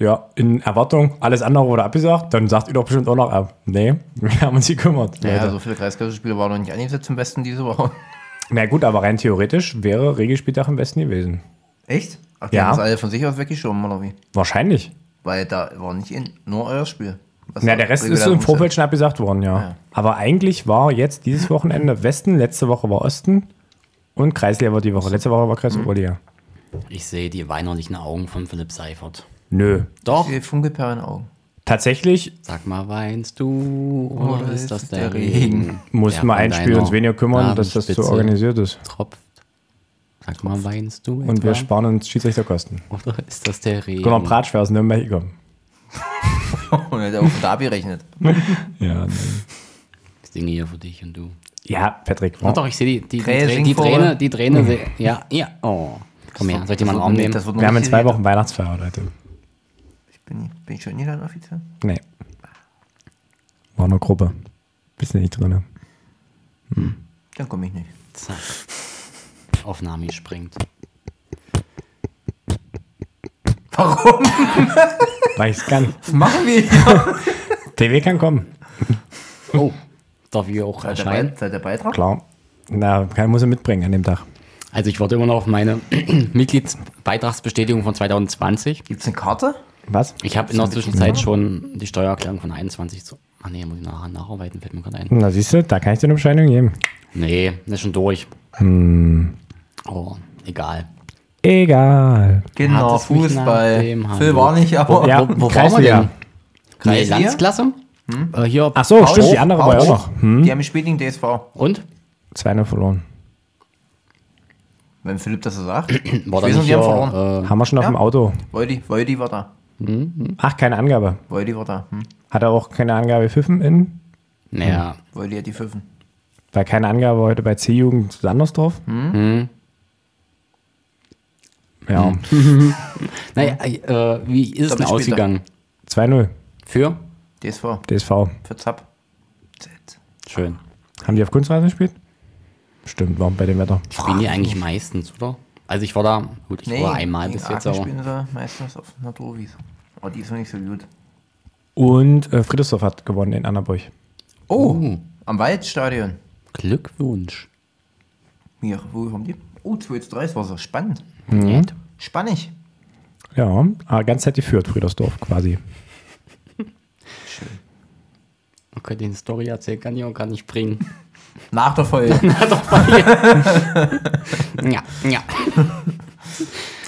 Speaker 3: Ja, in Erwartung, alles andere wurde abgesagt, dann sagt ihr doch bestimmt auch noch ab. Nee, wir haben uns gekümmert.
Speaker 2: Volk, ja,
Speaker 3: Leute.
Speaker 2: so viele Kreisklasse-Spiele waren noch nicht angesetzt zum Besten diese Woche.
Speaker 3: Na gut, aber rein theoretisch wäre Regelspieltag am besten gewesen.
Speaker 2: Echt? Ach, die
Speaker 3: Ja.
Speaker 2: haben das alle von sich aus weggeschoben, oder wie?
Speaker 3: Wahrscheinlich.
Speaker 2: Weil da war nicht in, nur euer Spiel. Was
Speaker 3: Na,
Speaker 2: war-
Speaker 3: der Rest
Speaker 2: regulär
Speaker 3: ist im
Speaker 2: rumstand.
Speaker 3: Vorfeld schon abgesagt worden, ja.
Speaker 2: Ja.
Speaker 3: Aber eigentlich war jetzt dieses Wochenende Westen, letzte Woche war Osten und Kreisliga war die Woche. Letzte Woche war Kreisoberliga.
Speaker 1: Ich sehe die weinerlichen Augen von Philipp Seifert.
Speaker 3: Nö.
Speaker 1: Doch.
Speaker 2: Die Funkelperlen Augen.
Speaker 3: Tatsächlich
Speaker 1: Sag mal, weinst du oder,
Speaker 2: Oder
Speaker 1: ist das der,
Speaker 2: Regen?
Speaker 1: Regen?
Speaker 3: muss
Speaker 1: der
Speaker 3: man
Speaker 1: von
Speaker 3: ein Spiel
Speaker 1: deiner
Speaker 3: uns weniger kümmern, dass das so
Speaker 1: Nasenspitze
Speaker 3: organisiert ist.
Speaker 1: Tropft. Sag mal, weinst du
Speaker 3: Und wir
Speaker 1: etwa?
Speaker 3: sparen uns Schiedsrichterkosten.
Speaker 1: Oder ist das der Regen?
Speaker 3: Gunnar Pratsch wäre aus Nürnberg gekommen.
Speaker 2: Und Oh, hat er auf Derby rechnet.
Speaker 3: Ja,
Speaker 1: Ich singe hier für dich und du.
Speaker 3: ja Patrick.
Speaker 1: Oh.
Speaker 3: Wow.
Speaker 1: Doch, ich sehe die, die, die,
Speaker 2: Krähe,
Speaker 1: Trä-
Speaker 2: sing
Speaker 1: die
Speaker 2: vor.
Speaker 1: Träne. Die Träne. se- Ja, ja. Oh. Komm her, soll ich dir mal einen Arm nehmen?
Speaker 2: Das wird noch
Speaker 3: Wir haben in
Speaker 2: nicht
Speaker 3: zwei
Speaker 2: geredet.
Speaker 3: Wochen Weihnachtsfeier, Leute.
Speaker 2: Ich bin, bin ich schon in Niederland offiziell?
Speaker 3: Nee. War nur Gruppe. Bist nicht drin.
Speaker 2: Dann komme ich nicht.
Speaker 1: Zack. Aufnahme springt.
Speaker 2: Warum?
Speaker 3: Weiß gar nicht.
Speaker 2: Was machen wir hier?
Speaker 3: TV kann kommen.
Speaker 1: Oh, darf ich auch
Speaker 2: Seid der, Be
Speaker 1: erscheinen?
Speaker 2: seid der Beitrag?
Speaker 3: Klar. Na, kann, muss er mitbringen an dem Tag.
Speaker 1: Also ich warte immer noch auf meine Mitgliedsbeitragsbestätigung von 2020.
Speaker 2: Gibt es eine Karte?
Speaker 3: Was?
Speaker 1: Ich habe in der Zwischenzeit schon die Steuererklärung von 21 zu... Ach nee, muss ich nachher nacharbeiten, fällt mir gerade ein.
Speaker 3: Na, siehst du, da kann ich dir eine Bescheinigung geben.
Speaker 1: Nee, das ist schon durch.
Speaker 3: Ähm.
Speaker 1: Oh, egal.
Speaker 3: Egal.
Speaker 2: Genau,
Speaker 1: Hat es mich nach
Speaker 2: Fußball.
Speaker 1: dem
Speaker 2: Phil war
Speaker 1: Handel-
Speaker 2: nicht, aber
Speaker 3: Ja,
Speaker 1: Oh, wo, wo waren wir
Speaker 3: Kreisliga.
Speaker 1: denn? Nee,
Speaker 2: Kreisliga?
Speaker 1: Landesklasse?
Speaker 2: Hm?
Speaker 1: Äh, hier.
Speaker 3: Ach so,
Speaker 2: Paul-
Speaker 3: stimmt, die andere war ja auch
Speaker 2: Paul-
Speaker 3: noch. Hm?
Speaker 2: Die haben gespielt gegen DSV.
Speaker 1: Und?
Speaker 3: 2-0 verloren.
Speaker 2: Wenn Philipp das so sagt.
Speaker 1: War da
Speaker 2: weiß
Speaker 1: nicht
Speaker 2: nicht, die
Speaker 1: hier,
Speaker 2: haben verloren.
Speaker 1: äh,
Speaker 3: Haben wir schon auf
Speaker 2: Ja.
Speaker 3: dem Auto.
Speaker 2: Woldi, Woldi war da.
Speaker 3: Ach, keine Angabe.
Speaker 2: Woldi war da. Hm.
Speaker 3: Hat er auch keine Angabe gepfiffen in?
Speaker 1: naja,
Speaker 2: Woldi hat die Pfiffen.
Speaker 3: Weil keine Angabe heute bei C-Jugend Sandersdorf.
Speaker 1: Hm?
Speaker 3: Hm. Ja,
Speaker 1: Hm. naja äh, wie ist es denn
Speaker 2: Doppelspieltag.
Speaker 1: ausgegangen?
Speaker 3: 2-0,
Speaker 1: Für?
Speaker 2: DSV.
Speaker 3: DSV.
Speaker 2: Für Zapp. Z.
Speaker 1: Schön.
Speaker 3: Haben die auf Kunstreise gespielt? Stimmt, warum bei dem Wetter?
Speaker 1: Spielen die eigentlich meistens, oder? Also ich war da, gut, ich war einmal
Speaker 2: gegen
Speaker 1: bis jetzt,
Speaker 2: Aachen
Speaker 1: aber
Speaker 2: spielen sie meistens auf Naturwies. Aber die ist noch nicht so gut.
Speaker 3: Und äh, Friedersdorf hat gewonnen in Annaburg.
Speaker 2: Oh,
Speaker 1: Uh.
Speaker 2: am Waldstadion.
Speaker 1: Glückwunsch.
Speaker 2: Mir, wo haben die? Oh, 2 zu 3, das war so spannend.
Speaker 1: Nett.
Speaker 2: Spannend.
Speaker 3: Ja, aber ganz Zeit geführt, Friedersdorf quasi.
Speaker 1: Okay, den Story erzählen kann ich auch gar nicht bringen.
Speaker 2: Nach der Folge.
Speaker 1: ja, ja.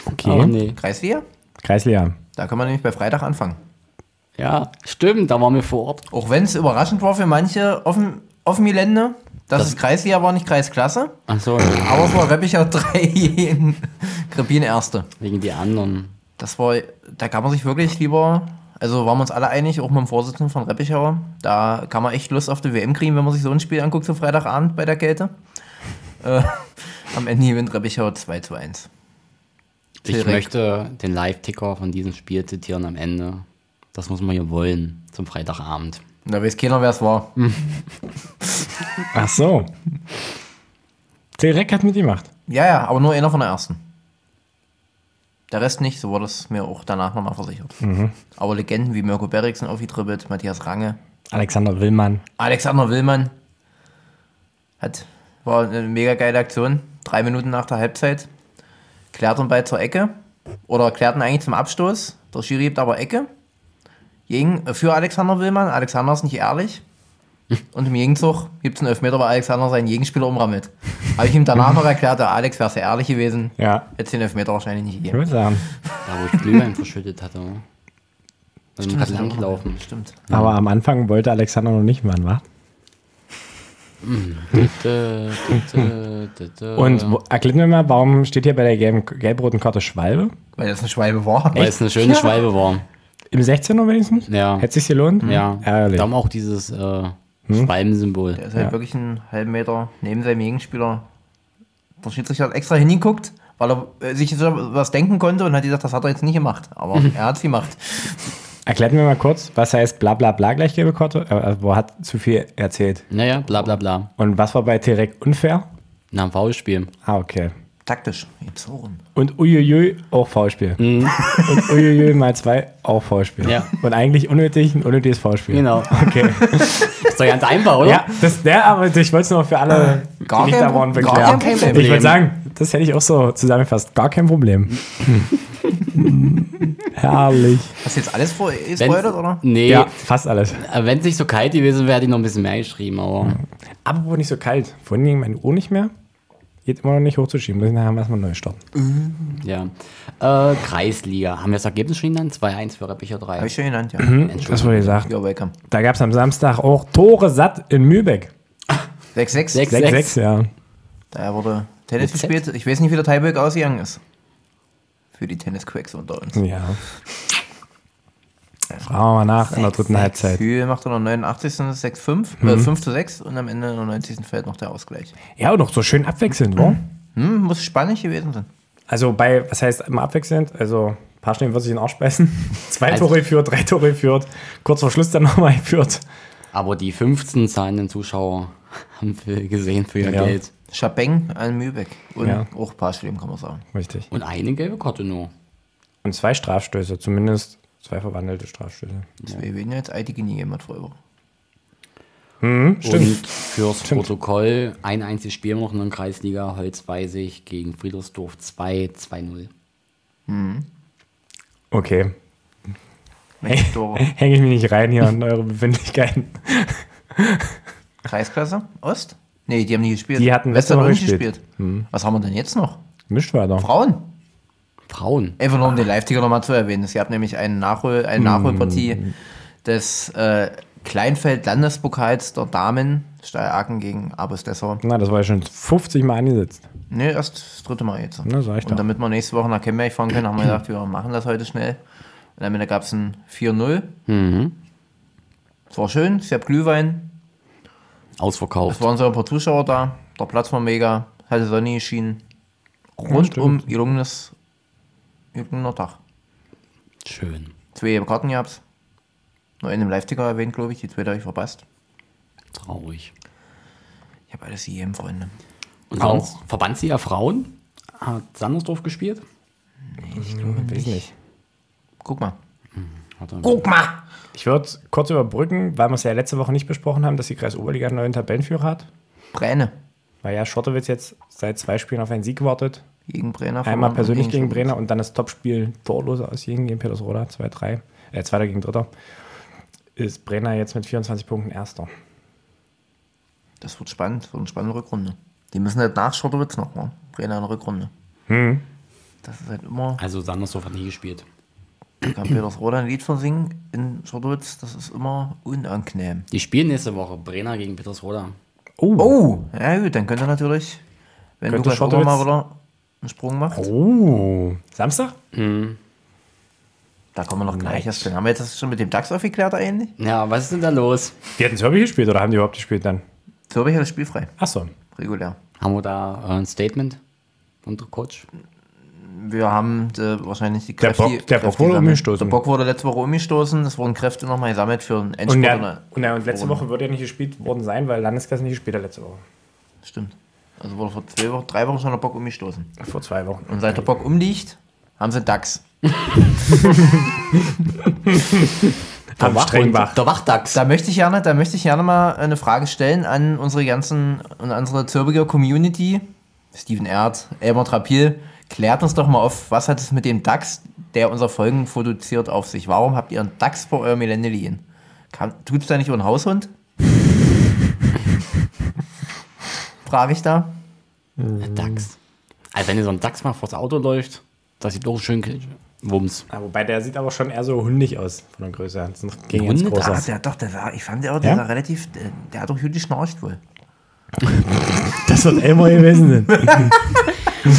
Speaker 3: Okay.
Speaker 1: Oh, nee.
Speaker 2: Kreisliga?
Speaker 3: Kreisliga.
Speaker 2: Da kann man nämlich bei Freitag anfangen.
Speaker 1: Ja, stimmt, da waren wir vor Ort.
Speaker 2: Auch wenn es überraschend war für manche auf dem, auf dem Gelände, dass es Kreisliga war, nicht Kreisklasse.
Speaker 1: Achso,
Speaker 2: Aber es war Reppicher 3 gegen Krepin Erste.
Speaker 1: wegen die anderen.
Speaker 2: Das war, da kann man sich wirklich lieber, also waren wir uns alle einig, auch mit dem Vorsitzenden von Reppichauer, da kann man echt Lust auf die WM kriegen, wenn man sich so ein Spiel anguckt, so Freitagabend bei der Kälte. Äh, am Ende gewinnt Reppichauer 2 zu 1.
Speaker 1: Ich
Speaker 2: Direkt.
Speaker 1: möchte den Live-Ticker von diesem Spiel zitieren am Ende. Das muss man hier wollen, zum Freitagabend.
Speaker 2: Und Da weiß keiner, wer es war.
Speaker 3: Ach so. Direkt hat mitgemacht.
Speaker 2: Ja, ja, aber nur einer von der ersten. Der Rest nicht, so wurde es mir auch danach nochmal versichert. Aber Legenden wie Mirko Berrig sind aufgetribbelt, Matthias Range,
Speaker 3: Alexander Willmann.
Speaker 2: Alexander Willmann hat, war eine mega geile Aktion. Drei Minuten nach der Halbzeit. Klärten Ball zur Ecke. Oder klärten eigentlich zum Abstoß. Der Schiri gibt aber Ecke. Gegen, äh, für Alexander Willmann. Alexander ist nicht ehrlich. Und im Gegenzug gibt es einen Elfmeter, weil Alexander seinen Gegenspieler umrammelt. Habe ich ihm danach noch erklärt, der Alex wär's ja ehrlich gewesen.
Speaker 3: Ja,
Speaker 2: Hätte den Elfmeter wahrscheinlich nicht
Speaker 3: ich
Speaker 2: gegeben.
Speaker 3: würde sagen.
Speaker 1: Da, wo ich Glühwein verschüttet hatte. ne? Da sind wir gerade
Speaker 2: Stimmt.
Speaker 1: langgelaufen.
Speaker 2: Stimmt.
Speaker 3: Aber am Anfang wollte Alexander noch nicht machen, wa?
Speaker 1: Dö, dö, dö, dö.
Speaker 3: Und wo, erklärt mir mal, warum steht hier bei der gelben- gelb-roten Karte Schwalbe?
Speaker 2: Weil das eine Schwalbe war.
Speaker 1: Weil es eine schöne Schwalbe war.
Speaker 3: Im 16er wenigstens?
Speaker 1: Ja.
Speaker 3: Hätte sich's gelohnt?
Speaker 1: Ja,
Speaker 3: Ehrlich.
Speaker 1: da haben auch dieses äh,
Speaker 3: Hm?
Speaker 1: Schwalbensymbol.
Speaker 2: Der ist halt
Speaker 3: Ja.
Speaker 2: wirklich einen halben Meter neben seinem Gegenspieler. Der Schiedsrichter hat extra hingeguckt, weil er äh, sich so was denken konnte und hat gesagt, das hat er jetzt nicht gemacht. Aber
Speaker 1: Mhm.
Speaker 2: er hat es gemacht.
Speaker 3: Erklärt mir mal kurz, was heißt bla bla bla gleich gelbe Karte? Äh, also wo hat zu viel erzählt?
Speaker 1: Naja, bla bla bla.
Speaker 3: Und was war bei Terek unfair?
Speaker 1: Nach dem Foulspiel.
Speaker 3: Ah, okay.
Speaker 2: Taktisch. Gibt's auch einen.
Speaker 3: Und uiuiui, auch Foulspiel. Und uiuiui mal zwei, auch Foulspiel.
Speaker 1: Mhm. Ja.
Speaker 3: Und eigentlich unnötig, ein unnötiges Foulspiel.
Speaker 1: Genau.
Speaker 3: Okay.
Speaker 1: Ist doch ganz einfach, oder?
Speaker 3: Ja, das, der, aber ich wollte es nur für alle,
Speaker 2: Gar
Speaker 3: die nicht
Speaker 2: kein
Speaker 3: da waren,
Speaker 2: Pro-
Speaker 3: beklären.
Speaker 2: gar kein Problem.
Speaker 3: Ich würde sagen, das hätte ich auch so zusammengefasst. Gar kein Problem. Herrlich.
Speaker 2: Hast du jetzt alles vor ist
Speaker 1: Wenn's-
Speaker 2: Freude, oder?
Speaker 1: Nee,
Speaker 3: Ja, fast alles.
Speaker 1: wenn es nicht so kalt gewesen wäre, hätte ich noch ein bisschen mehr geschrieben, aber
Speaker 3: Hm. Aber wurde nicht so kalt. Vorhin ging meine Uhr nicht mehr. Geht immer noch nicht hochzuschieben. Müssen nachher erstmal neu starten.
Speaker 1: ja. Äh, Kreisliga. Haben wir das Ergebnis schon genannt? 2-1 für Reppicher
Speaker 2: Hab
Speaker 1: 3.
Speaker 2: ich schon genannt, ja.
Speaker 1: Mhm.
Speaker 3: Das wurde gesagt.
Speaker 2: You're welcome.
Speaker 3: Da gab es am Samstag auch Tore satt in Mühlbeck.
Speaker 2: 6-6.
Speaker 1: Sechs.
Speaker 3: 6-6, ja.
Speaker 2: Da wurde Tennis
Speaker 1: Mit
Speaker 2: gespielt. Ich weiß nicht, wie der Tiebreak ausgegangen ist. Für die Tennis-Quacks unter uns.
Speaker 3: Ja. Fragen wir mal nach in der dritten Halbzeit.
Speaker 2: Hügel macht in der 89. 6-5,
Speaker 1: Mhm.
Speaker 2: äh, 5 zu 6 und am Ende in der 90. fällt noch der Ausgleich.
Speaker 3: Ja, und noch so schön abwechselnd, wa?
Speaker 2: Hm, muss spannend gewesen sein.
Speaker 3: Mhm. Also bei, was heißt immer abwechselnd? Also ein paar Stunden wird sich in den Arsch beißen. Zwei
Speaker 1: Also-
Speaker 3: Tore geführt, drei Tore geführt, kurz vor Schluss dann nochmal geführt.
Speaker 1: Aber die 15 zahlenden Zuschauer haben viel gesehen für ihr
Speaker 3: Ja.
Speaker 1: Geld.
Speaker 2: Schabeng an Mübeck und
Speaker 3: Ja.
Speaker 2: auch Paarschleben, kann man sagen.
Speaker 3: Richtig.
Speaker 1: Und eine gelbe Karte nur.
Speaker 3: Und zwei Strafstöße, zumindest zwei verwandelte Strafstöße.
Speaker 2: Das wäre weniger jetzt Eitige nie jemand vorüber.
Speaker 1: Und fürs Protokoll ein einziges Spiel noch in der Kreisliga, Holzweisig gegen Friedersdorf 2, 2-0.
Speaker 3: Okay.
Speaker 2: Mensch, Doro.
Speaker 3: Hänge ich mich nicht rein hier an eure Befindlichkeiten.
Speaker 2: Kreisklasse? Ost? Nee, die haben nie gespielt.
Speaker 3: Die hatten
Speaker 2: West hat
Speaker 3: letzte
Speaker 2: auch
Speaker 3: Woche
Speaker 2: nicht
Speaker 3: gespielt. Hm.
Speaker 2: gespielt. Was haben wir denn jetzt noch?
Speaker 3: Mischt weiter.
Speaker 2: Frauen.
Speaker 1: Frauen.
Speaker 2: Einfach nur um den Live-Ticker nochmal zu erwähnen. Es gab nämlich einen Nachhol,
Speaker 3: Hm.
Speaker 2: eine Nachholpartie des äh, Kleinfeld-Landespokals der Damen. Steierhaken gegen Abus Dessau.
Speaker 3: Na, das war ja schon 50 Mal angesetzt.
Speaker 2: Nee, erst das dritte Mal jetzt.
Speaker 3: Na, sag ich
Speaker 2: und
Speaker 3: doch.
Speaker 2: damit wir nächste Woche nach Kemmerich fahren können, haben wir gedacht, wir machen das heute schnell. Und am Ende gab es ein 4-0. Es war schön, es gab Glühwein, es
Speaker 1: Ausverkauft.
Speaker 2: waren sogar ein paar Zuschauer da, der Platz war mega, es hatte Sonne um geschienen. Rundum gelungenes, gelungener Tag.
Speaker 1: Schön.
Speaker 2: Zwei Karten gab es. Nur in dem Live-Ticker erwähnt, glaube ich, die zweite habe ich verpasst.
Speaker 1: Traurig.
Speaker 2: Ich habe alles hier im Freunde.
Speaker 1: Und sonst Verbandsliga Frauen hat Sandersdorf gespielt.
Speaker 3: Mhm. Weiß nicht.
Speaker 2: Guck mal.
Speaker 1: Hat er-
Speaker 2: Guck mal!
Speaker 3: Ich würde kurz überbrücken, weil wir es ja letzte Woche nicht besprochen haben, dass die Kreisoberliga einen neuen Tabellenführer hat.
Speaker 2: Bräne.
Speaker 3: Weil ja, Schottewitz jetzt seit zwei Spielen auf einen Sieg wartet.
Speaker 2: Gegen Brenner.
Speaker 3: Einmal persönlich gegen
Speaker 2: Brenner.
Speaker 3: Brenner und dann das Topspiel torlos ausgegen gegen Petersroda, 2-3. Äh, zweiter gegen dritter. Ist Brenner jetzt mit 24 Punkten erster.
Speaker 2: Das wird spannend, das wird eine spannende Rückrunde. Die müssen halt nach Schrottowitz nochmal. Brenner eine Rückrunde.
Speaker 3: Hm.
Speaker 2: Das ist halt immer,
Speaker 1: Also Sandersdorf hat nie gespielt.
Speaker 2: da kann Peters Roder ein Lied von singen in Schrottowitz, das ist immer unangenehm.
Speaker 1: Die spielen nächste Woche Brenner gegen Petersroda.
Speaker 3: Oh,
Speaker 2: Oh, ja gut, dann könnte natürlich, wenn
Speaker 3: Könnte
Speaker 2: Lukas Schrotter mal
Speaker 3: Schrottowitz-
Speaker 2: wieder einen Sprung macht,
Speaker 3: Oh. Samstag?
Speaker 2: da kommen wir noch gleich erst hin. Haben wir jetzt das schon mit dem DAX aufgeklärt eigentlich?
Speaker 1: Ja, was ist denn da los?
Speaker 3: Die hatten Derby gespielt oder haben die überhaupt gespielt dann?
Speaker 2: Zürich hat das Spiel frei,
Speaker 3: Achso.
Speaker 2: regulär.
Speaker 1: Haben wir da äh, ein Statement von der Coach?
Speaker 2: Wir haben äh, wahrscheinlich die
Speaker 3: Der
Speaker 2: Kräfte...
Speaker 3: Bock- der
Speaker 2: Kräfte
Speaker 3: Bock wurde
Speaker 2: gesammelt.
Speaker 3: umgestoßen.
Speaker 2: Der Bock wurde letzte Woche umgestoßen, es wurden Kräfte nochmal gesammelt für einen Endspurt.
Speaker 3: Und,
Speaker 2: oder-
Speaker 3: ja, und, ja, und letzte Woche würde ja nicht gespielt worden sein, weil Landesklasse nicht gespielt hat letzte Woche.
Speaker 2: Stimmt. Also wurde vor zwei Wochen, drei Wochen schon der Bock umgestoßen.
Speaker 3: Vor zwei Wochen.
Speaker 2: Und seit der Bock umliegt, haben sie einen Dachs.
Speaker 3: Am Strengbach.
Speaker 1: Der Wachdachs.
Speaker 2: Da möchte ich gerne, da möchte ich gerne mal eine Frage stellen an unsere ganzen, an unsere Zürbiger Community. Steven Erd, Elmar Trapil, klärt uns doch mal auf, was hat es mit dem Dachs, der unser Folgen produziert, auf sich? Warum habt ihr einen Dachs vor eurem Gelände liegen? Kann- Tut's da nicht euren Haushund? Frage ich da.
Speaker 1: Ein Dachs. Also wenn dir so ein Dachs mal vors Auto läuft, das sieht doch schön k- Wumms.
Speaker 3: Ja, Ah, wobei der sieht aber schon eher so hundig aus von der Größe. her. Das ist noch gegen
Speaker 1: Ein
Speaker 3: ganz
Speaker 1: Hunde-
Speaker 3: großer.
Speaker 2: Ach, der, doch, der war, ich fand der, auch,
Speaker 3: Ja?
Speaker 2: der war relativ, der, der hat doch gut geschnarcht wohl.
Speaker 3: Das wird Elmo gewesen sein.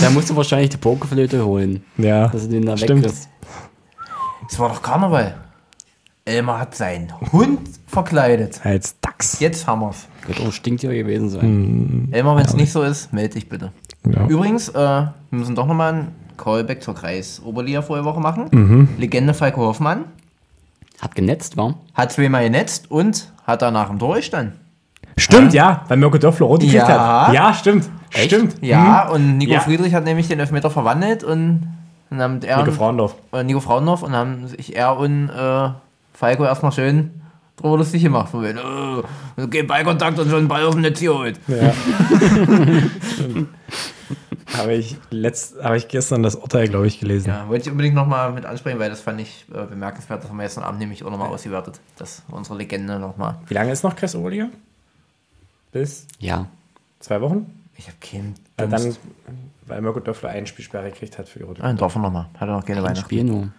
Speaker 1: Da musst du wahrscheinlich die Pokerflöte holen.
Speaker 3: ja.
Speaker 1: Dass du den da
Speaker 3: Stimmt.
Speaker 1: wegkriegst.
Speaker 2: Es war doch Karneval. Elmar hat seinen Hund verkleidet.
Speaker 3: Als Dachs. Max.
Speaker 2: Jetzt haben wir's.
Speaker 1: Wird auch Stinktier gewesen sein.
Speaker 2: Elmar, wenn es nicht so ist, melde dich bitte.
Speaker 3: Ja.
Speaker 2: Übrigens, äh, wir müssen doch nochmal einen Callback zur Kreis Oberliga vorige Woche machen. Legende Falco Hoffmann
Speaker 1: Hat genetzt, war?
Speaker 2: hat zweimal genetzt und hat danach im Tor gestanden.
Speaker 3: Stimmt, ja, weil Mirko Dörfler rot gekriegt
Speaker 2: Ja.
Speaker 3: hat. Ja, stimmt. Stimmt. Mhm.
Speaker 2: Ja, und Nico
Speaker 3: Ja.
Speaker 2: Friedrich hat nämlich den Elfmeter verwandelt und dann haben er
Speaker 3: Mirko Frauendorf.
Speaker 2: äh, Nico Fraundorf und haben sich er und äh, Falco erstmal schön drüber lustig gemacht. Von wegen, äh, geh Ballkontakt und so einen Ball aus dem Netz geholt.
Speaker 3: Ja. habe ich, letzt, habe ich gestern das Urteil, glaube ich, gelesen.
Speaker 2: Ja, wollte ich unbedingt nochmal mit ansprechen, weil das fand ich äh, bemerkenswert. Das haben wir gestern Abend nämlich auch nochmal ausgewertet. Das unsere Legende nochmal.
Speaker 3: Wie lange ist noch Kreis Oberliga? Bis
Speaker 1: Ja.
Speaker 3: zwei Wochen?
Speaker 2: Ich habe keinen.
Speaker 3: Weil dann, weil Mirko Dörfler ein Spielsperre gekriegt hat für die rote
Speaker 2: Ah, ein Dorfer nochmal. Hat er noch keine
Speaker 1: Ein
Speaker 2: Weihnachten.
Speaker 1: Spiel nur.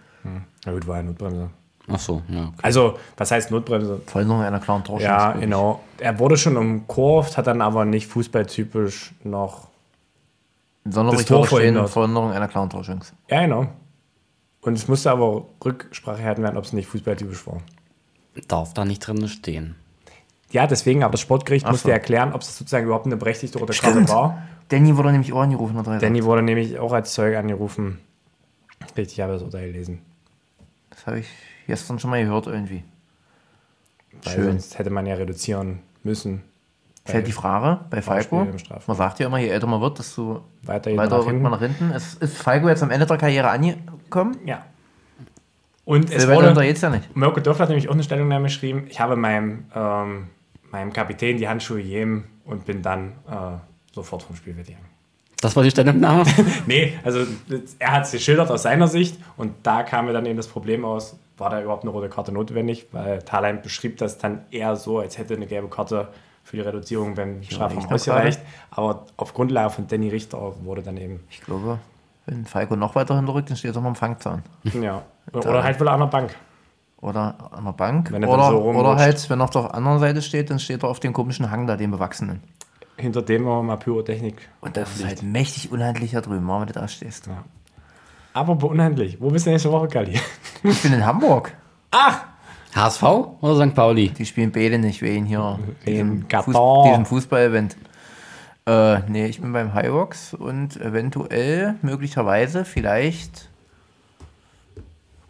Speaker 3: Na gut, war ja Notbremse.
Speaker 1: Ach so, ja. Okay.
Speaker 3: Also, was heißt Notbremse?
Speaker 2: Voll noch in einer klaren Torschance.
Speaker 3: Ja, genau. Er wurde schon umkurvt, hat dann aber nicht fußballtypisch noch.
Speaker 2: Sonderlich
Speaker 3: Das Tor
Speaker 2: Tor stehen,
Speaker 3: verhindert.
Speaker 2: Veränderung einer klaren Torschance.
Speaker 3: Ja, genau. Und es musste aber Rücksprache halten werden, ob es nicht fußballtypisch war.
Speaker 1: Darf da nicht drin stehen.
Speaker 3: Ja, deswegen, aber das Sportgericht musste
Speaker 2: so.
Speaker 3: erklären, ob es sozusagen überhaupt eine berechtigte rote Karte war.
Speaker 2: Danny wurde nämlich auch angerufen. Hat er gesagt.
Speaker 3: Danny wurde nämlich auch als Zeuge angerufen. Richtig, ich habe das Urteil gelesen.
Speaker 2: Das habe ich gestern schon mal gehört irgendwie.
Speaker 3: Weil
Speaker 2: Schön.
Speaker 3: sonst hätte man ja reduzieren müssen.
Speaker 2: Ist halt die Frage bei Falco.
Speaker 3: Spiel im Strafraum.
Speaker 2: Man sagt ja immer, je älter man wird, desto
Speaker 3: Weiter geht
Speaker 2: weiter
Speaker 3: man nach
Speaker 2: rückt man
Speaker 3: hinten.
Speaker 2: nach hinten. Ist, ist Falco jetzt am Ende der Karriere angekommen?
Speaker 3: Ja. Und es
Speaker 2: Viel weiter
Speaker 3: wurde,
Speaker 2: runter geht's ja nicht.
Speaker 3: Mirko Dörfler hat nämlich auch eine Stellungnahme geschrieben. Ich habe meinem, ähm, meinem Kapitän die Handschuhe gegeben und bin dann äh, sofort vom Spiel weggegangen.
Speaker 1: Das war die Stellungnahme.
Speaker 3: Nee, also das- er hat es geschildert aus seiner Sicht und da kam mir dann eben das Problem aus, war da überhaupt eine rote Karte notwendig? Weil Thalheim beschrieb das dann eher so, als hätte eine gelbe Karte für die Reduzierung beim Strafraum
Speaker 2: überleg auch
Speaker 3: ausgereicht. Aber auf Grundlage von Danny Richter wurde dann eben,
Speaker 2: Ich glaube, wenn Falco noch weiter hinterrückt, dann steht er noch am Fangzahn.
Speaker 3: ja. Oder halt wohl an der Bank.
Speaker 2: Oder an der Bank.
Speaker 3: Wenn er dann
Speaker 2: oder
Speaker 3: so rumrutscht.
Speaker 2: oder halt, wenn er auf der anderen Seite steht, dann steht er auf dem komischen Hang da, dem Bewachsenen.
Speaker 3: Hinter dem war mal Pyrotechnik.
Speaker 2: Und das ist halt mächtig unhandlich da drüben, wenn du da stehst.
Speaker 3: Aber unheimlich. Wo bist du nächste Woche, Kali?
Speaker 2: Ich bin in Hamburg.
Speaker 1: HSV oder St. Pauli?
Speaker 2: Die spielen beide nicht wegen hier. diesem
Speaker 3: Katar.
Speaker 2: Fuß- diesem Fußball-Event. Äh, nee, ich bin beim Hyrox und eventuell, möglicherweise, vielleicht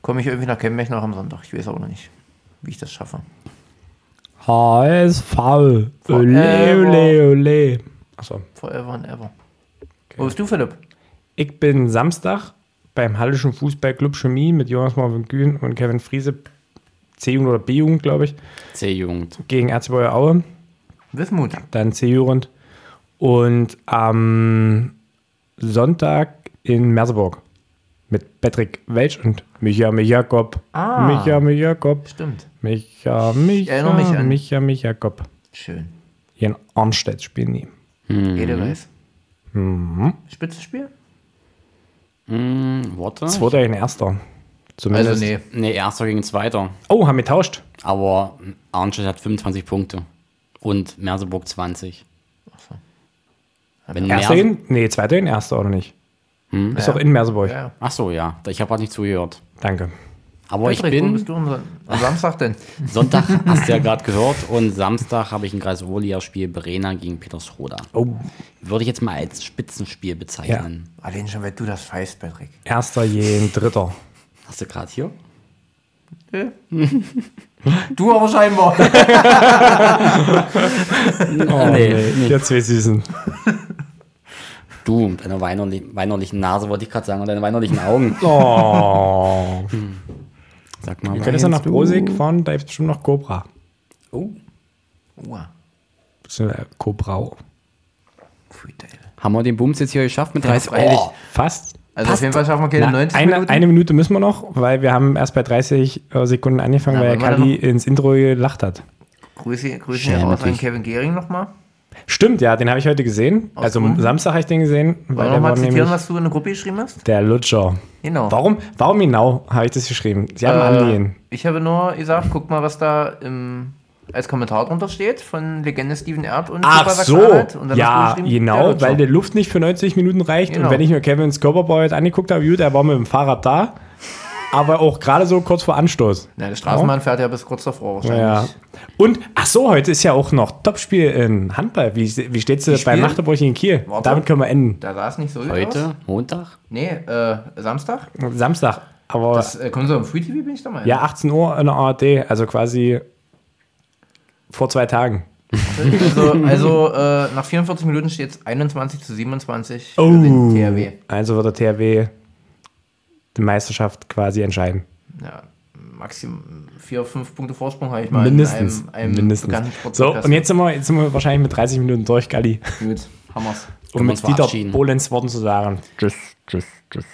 Speaker 2: komme ich irgendwie nach Kempmech noch am Sonntag. Ich weiß aber noch nicht, wie ich das schaffe.
Speaker 3: HSV. Ole,
Speaker 2: ole,
Speaker 3: ole. Achso.
Speaker 2: Forever and ever. Wo bist du, Philipp?
Speaker 3: Ich bin Samstag beim Hallischen Fußballclub Chemie mit Jonas Marvin Kühn und Kevin Friese, C-Jugend oder B-Jugend, glaube ich,
Speaker 1: C-Jugend.
Speaker 3: gegen Erzbeuer Aue,
Speaker 2: Wismut.
Speaker 3: dann C-Jugend. Und am Sonntag in Merseburg mit Patrick Welch und Micha Michakob.
Speaker 2: Ah.
Speaker 3: Micha Michakob.
Speaker 2: Stimmt.
Speaker 3: Micha Micha,
Speaker 2: erinnere mich an-
Speaker 3: Micha Michakob.
Speaker 2: Schön.
Speaker 3: Hier in Arnstedt spielen die. Mhm.
Speaker 2: Edelweiß. Mhm. Spitzenspiel?
Speaker 1: Hm, warte.
Speaker 3: Zweiter gegen Erster. Zumindest.
Speaker 2: Also nee.
Speaker 1: Nee, erster gegen zweiter.
Speaker 3: Oh, haben wir tauscht.
Speaker 1: Aber Arnstedt hat 25 Punkte. Und Merseburg 20. Wenn
Speaker 3: Erster
Speaker 1: Merse-
Speaker 3: in? Nee, zweiter in Erster, oder nicht? Ist doch in Merseburg.
Speaker 2: Ja.
Speaker 1: Ach so, ja. Ich habe halt nicht zugehört.
Speaker 3: Danke.
Speaker 1: Aber ich
Speaker 2: Patrick, wo
Speaker 1: bin
Speaker 2: bist du am, Son- am Samstag denn?
Speaker 1: Sonntag, hast du ja gerade gehört, und Samstag habe ich ein Greifswohlia-Spiel Brena gegen Petersroda.
Speaker 3: Oh,
Speaker 1: Würde ich jetzt mal als Spitzenspiel bezeichnen.
Speaker 2: Allein schon, weil du das weißt, Patrick.
Speaker 3: erster jeden Dritter.
Speaker 1: Hast du gerade hier?
Speaker 2: Du aber scheinbar.
Speaker 1: Oh,
Speaker 3: Jetzt wir süßen.
Speaker 1: Du, mit deiner weinerli weinerlichen Nase, wollte ich gerade sagen, und deine weinerlichen Augen. Hm.
Speaker 3: Oh.
Speaker 1: Sag mal,
Speaker 3: Wir können jetzt noch nach Brosig fahren, da ist bestimmt noch Cobra.
Speaker 1: Oh.
Speaker 2: Uah,
Speaker 3: Beziehungsweise äh, Cobrau.
Speaker 2: pfui, Teil.
Speaker 1: Haben wir den Bums jetzt hier geschafft mit 30?
Speaker 2: freilich.
Speaker 1: Oh,
Speaker 3: Fast.
Speaker 2: Also auf jeden Fall schaffen wir keine
Speaker 3: Na,
Speaker 2: 90
Speaker 3: eine,
Speaker 2: Minuten.
Speaker 3: eine Minute müssen wir noch, weil wir haben erst bei 30 äh, Sekunden angefangen,
Speaker 2: Na,
Speaker 3: weil
Speaker 2: wenn wir
Speaker 3: Kali ins Intro gelacht hat.
Speaker 2: Grüße, Grüße
Speaker 1: Ja,
Speaker 2: hier raus an
Speaker 1: natürlich.
Speaker 2: Kevin Gehring nochmal.
Speaker 3: Stimmt, ja, den habe ich heute gesehen. also
Speaker 2: Gründen?
Speaker 3: Samstag habe ich den gesehen,
Speaker 2: Wollen
Speaker 3: weil
Speaker 2: wir
Speaker 3: der war
Speaker 2: nochmal
Speaker 3: nämlich
Speaker 2: zitieren, was du in der Gruppe geschrieben hast?
Speaker 3: der Lutscher.
Speaker 2: Genau.
Speaker 3: Warum, warum genau habe ich das geschrieben? Sie haben
Speaker 2: Äh,
Speaker 3: Anliegen.
Speaker 2: Ich habe nur gesagt, guck mal, was da im, als Kommentar drunter steht von Legende Steven Erb und
Speaker 3: Ach
Speaker 2: Super
Speaker 3: so,
Speaker 2: Sakrat. Und dann
Speaker 3: ja,
Speaker 2: hast du geschrieben,
Speaker 3: genau,
Speaker 2: der
Speaker 3: weil
Speaker 2: Lutscher.
Speaker 3: die Luft nicht für 90 Minuten reicht.
Speaker 2: Genau.
Speaker 3: Und wenn ich mir Kevin Scoperboy jetzt angeguckt habe, gut, er war mit dem Fahrrad da. aber auch gerade so kurz vor Anstoß.
Speaker 2: Na, der Straßenbahn fährt ja bis kurz davor
Speaker 3: Ja.
Speaker 2: wahrscheinlich.
Speaker 3: Und, ach so, heute ist ja auch noch Topspiel in Handball. Wie, wie steht's du
Speaker 2: Die
Speaker 3: bei
Speaker 2: spielen-
Speaker 3: Magdeburg in Kiel?
Speaker 2: Warte.
Speaker 3: Damit können wir enden.
Speaker 2: Da sah es nicht so gut aus.
Speaker 1: Heute, Montag?
Speaker 2: Nee, äh, Samstag.
Speaker 3: Samstag. Aber
Speaker 2: Das äh, kommt so im Free TV, bin ich da mal.
Speaker 3: ja, 18 Uhr in der ARD, also quasi vor zwei Tagen.
Speaker 2: Also, also äh, nach 44 Minuten steht es 21 zu 27 für
Speaker 3: Oh.
Speaker 2: den THW.
Speaker 3: Also wird der THW die Meisterschaft quasi entscheiden.
Speaker 2: Ja, maximum vier, fünf Punkte Vorsprung habe ich mal
Speaker 3: Mindestens.
Speaker 2: in einem, einem bekannten
Speaker 3: Mindestens.
Speaker 2: Sport
Speaker 3: So, und jetzt sind, wir, jetzt sind wir wahrscheinlich mit 30 Minuten durch, Galli.
Speaker 2: Gut, Hammers.
Speaker 1: Können
Speaker 3: Um
Speaker 1: wir uns
Speaker 3: mit Dieter
Speaker 1: verabschieden.
Speaker 3: Bohlens Worten zu sagen. Tschüss, tschüss, tschüss.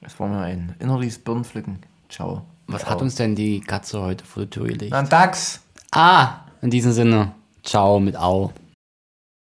Speaker 2: Jetzt wollen wir ein innerliches Birnenpflücken. Ciao.
Speaker 1: Was
Speaker 2: Ciao.
Speaker 3: Oh.
Speaker 1: hat uns denn die Katze heute vor die Tür gelegt?
Speaker 2: Na, Dax!
Speaker 1: Ah, in diesem Sinne, ciao mit Au.